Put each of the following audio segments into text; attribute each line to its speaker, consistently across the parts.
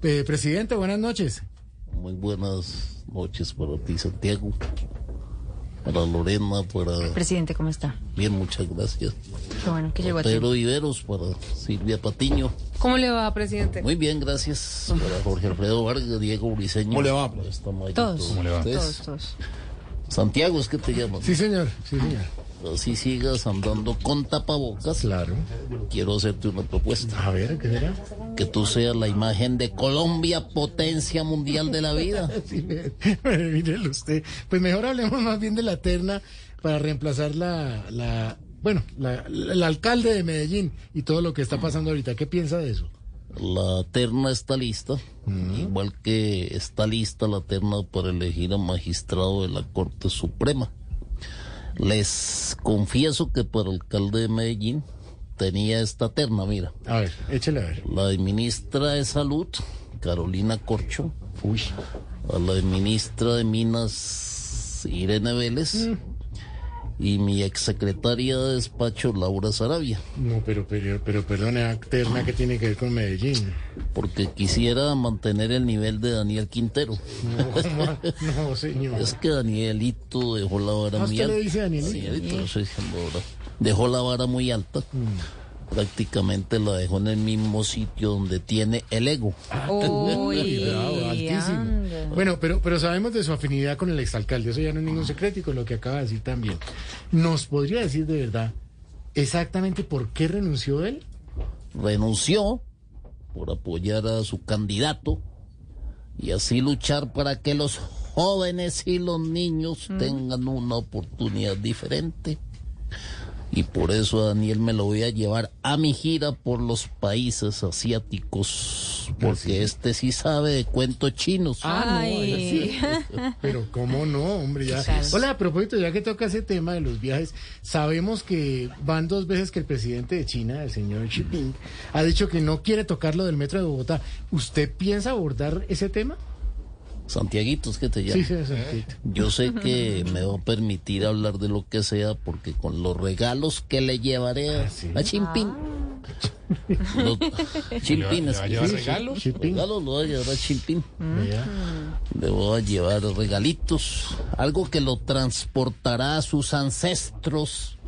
Speaker 1: Eh, presidente, buenas noches.
Speaker 2: Muy buenas noches para ti, Santiago. Para Lorena, para...
Speaker 3: Presidente, ¿cómo está?
Speaker 2: Bien, muchas gracias.
Speaker 3: Qué bueno que llegó a tiempo.
Speaker 2: Pedro Iberos, para Silvia Patiño.
Speaker 4: ¿Cómo le va, presidente?
Speaker 2: Muy bien, gracias. Para Jorge Alfredo Vargas, Diego Briseño.
Speaker 5: ¿Cómo le va? pues?
Speaker 2: Para esta mayo,
Speaker 3: Todos.
Speaker 2: todos ustedes.
Speaker 3: Todos, todos.
Speaker 2: Santiago, es que te llaman.
Speaker 1: Sí, señor. Sí, señor.
Speaker 2: Así sigas andando con tapabocas.
Speaker 5: Claro.
Speaker 2: Quiero hacerte una propuesta.
Speaker 5: A ver, ¿qué será?
Speaker 2: Que tú seas la imagen de Colombia, potencia mundial de la vida.
Speaker 1: Sí, mire- mírelo usted. Pues mejor hablemos más bien de la terna para reemplazar la, la bueno, la, la- el alcalde de Medellín y todo lo que está pasando ahorita. ¿Qué piensa de eso?
Speaker 2: La terna está lista, igual que está lista la terna para elegir a magistrado de la Corte Suprema. Les confieso que para alcalde de Medellín tenía esta terna, mira.
Speaker 1: A ver, échale a ver.
Speaker 2: La ministra de Salud, Carolina Corcho. A la ministra de Minas, Irene Vélez. Y mi exsecretaria de despacho, Laura Sarabia.
Speaker 1: No, pero, pero, pero perdona, terna que tiene que ver con Medellín.
Speaker 2: Porque quisiera mantener el nivel de Daniel Quintero.
Speaker 1: No, no señor.
Speaker 2: Es que Danielito dejó la vara
Speaker 1: Ah,
Speaker 2: muy
Speaker 1: usted
Speaker 2: alta.
Speaker 1: le dice Danielito. Mm.
Speaker 2: Sí, ahorita lo estoy diciendo ahora. Dejó la vara muy alta.
Speaker 1: Mm.
Speaker 2: Prácticamente la dejó en el mismo sitio donde tiene el ego.
Speaker 1: Uy,
Speaker 4: Uy,
Speaker 1: bravo, altísimo.
Speaker 4: anda.
Speaker 1: Bueno, pero, pero sabemos de su afinidad con el exalcalde, eso ya no es ningún secreto y con lo que acaba de decir también. ¿Nos podría decir de verdad exactamente por qué renunció él?
Speaker 2: Renunció por apoyar a su candidato y así luchar para que los jóvenes y los niños
Speaker 1: Mm.
Speaker 2: tengan una oportunidad diferente. Y por eso a Daniel me lo voy a llevar a mi gira por los países asiáticos, porque este sí sabe de cuentos chinos.
Speaker 1: Ah.
Speaker 4: Ay.
Speaker 1: Pero cómo no, hombre, ya.
Speaker 4: Claro.
Speaker 1: Hola, a propósito, ya que toca ese tema de los viajes, sabemos que van dos veces que el presidente de China, el señor Xi Jinping, ha dicho que no quiere tocar lo del metro de Bogotá. ¿Usted piensa abordar ese tema?
Speaker 2: Santiaguitos que te
Speaker 1: Sí,
Speaker 2: llaman.
Speaker 1: sí, sí.
Speaker 2: Yo sé que me va a permitir hablar de lo que sea porque con los regalos que le llevaré
Speaker 1: Ah,
Speaker 2: a, a Chimpín. Los Chimpín, es
Speaker 5: ¿Le va a
Speaker 2: que-
Speaker 5: llevar
Speaker 2: sí, sí,
Speaker 5: regalos?
Speaker 1: Xi Jinping.
Speaker 2: Regalos lo voy a llevar a Chimpín.
Speaker 1: Vea.
Speaker 2: Le voy a llevar regalitos, algo que lo transportará a sus ancestros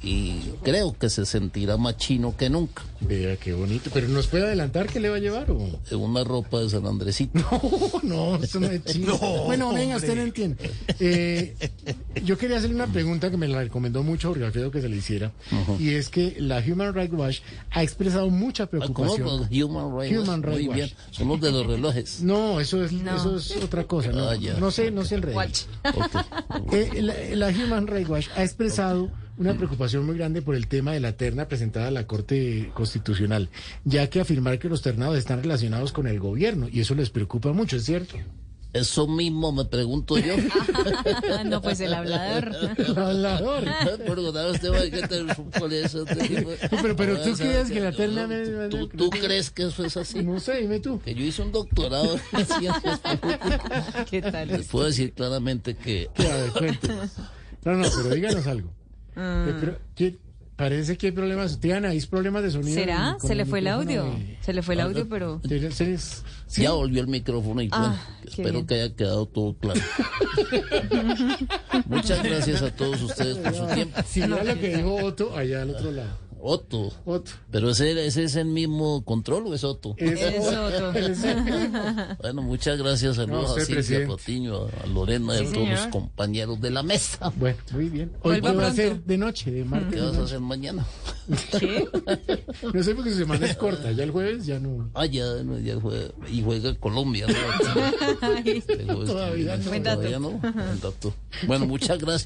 Speaker 2: y creo que se sentirá más chino que nunca.
Speaker 1: Vea, qué bonito. ¿Pero nos puede adelantar qué le va a llevar o...?
Speaker 2: Una ropa de San Andresito.
Speaker 1: No, no, eso no es chino. bueno, venga, usted no entiende. Eh, yo quería hacerle una pregunta que me la recomendó mucho Jorge Alfredo que se le hiciera. Y es que la Human Rights Watch ha expresado mucha
Speaker 2: Ah, ¿Cómo?
Speaker 1: preocupación.
Speaker 2: Human Rights.
Speaker 1: Human Rights
Speaker 2: Muy bien. Son los de los relojes.
Speaker 1: No, eso es,
Speaker 3: No.
Speaker 1: eso es otra cosa. No,
Speaker 2: Ah, ya.
Speaker 1: no sé, no sé el rey.
Speaker 4: Watch.
Speaker 2: Ok.
Speaker 1: Eh, la, la Human Rights Watch ha expresado una preocupación muy grande por el tema de la terna presentada a la Corte Constitucional, ya que afirmar que los ternados están relacionados con el gobierno y eso les preocupa mucho, ¿es cierto?
Speaker 2: Eso mismo me pregunto yo.
Speaker 3: no, pues el hablador.
Speaker 1: Hablador.
Speaker 2: Perdóname, usted va a que te por eso. te digo.
Speaker 1: pero- pero
Speaker 2: Ahora
Speaker 1: tú
Speaker 2: sabe
Speaker 1: crees que la
Speaker 2: yo
Speaker 1: terna
Speaker 2: no-
Speaker 1: me-
Speaker 2: ¿Tú, tú crees que eso es así?
Speaker 1: No sé, dime tú.
Speaker 2: Que yo hice un doctorado en ciencias políticas.
Speaker 3: ¿Qué tal?
Speaker 2: Les puedo decir claramente que
Speaker 1: A ver, cuéntenos. No, no, pero díganos algo.
Speaker 3: Ah.
Speaker 1: Eh, pero, ¿qué- parece que hay problemas. Tiana, hay problemas de sonido.
Speaker 3: ¿Será?
Speaker 1: con
Speaker 3: ¿Se le fue el
Speaker 1: micrófono
Speaker 3: audio? Se le fue el audio, pero...
Speaker 1: y- ¿Te- seres- sí?
Speaker 2: ya volvió el micrófono y
Speaker 3: Ah,
Speaker 2: bueno,
Speaker 3: qué
Speaker 2: espero
Speaker 3: bien.
Speaker 2: que haya quedado todo claro. Muchas gracias a todos ustedes por su tiempo.
Speaker 1: Si era lo que dijo Otto allá al otro lado.
Speaker 2: Otto.
Speaker 1: Otto.
Speaker 2: ¿Pero ese, ese es el mismo control o es Otto?
Speaker 1: Es-
Speaker 3: Es otro.
Speaker 1: es-
Speaker 2: Bueno, muchas gracias. Saludos
Speaker 1: No,
Speaker 2: a
Speaker 1: usted,
Speaker 2: Silvia
Speaker 1: presidente.
Speaker 2: Patiño, a Lorena y a
Speaker 3: Sí,
Speaker 2: todos los
Speaker 3: señor.
Speaker 2: compañeros de la mesa.
Speaker 1: Bueno, muy bien. Hoy
Speaker 3: Vuelva
Speaker 1: qué va a
Speaker 3: pronto.
Speaker 1: ser de noche, de martes.
Speaker 2: ¿Qué vas a hacer mañana?
Speaker 3: ¿Qué?
Speaker 1: No sé porque su semana es corta. Ya el jueves ya no.
Speaker 2: Ah, ya, no, ya juega, y juega Colombia. ¿no? Este jueves
Speaker 1: Todavía no.
Speaker 2: Todavía no, buen dato. Bueno, muchas gracias.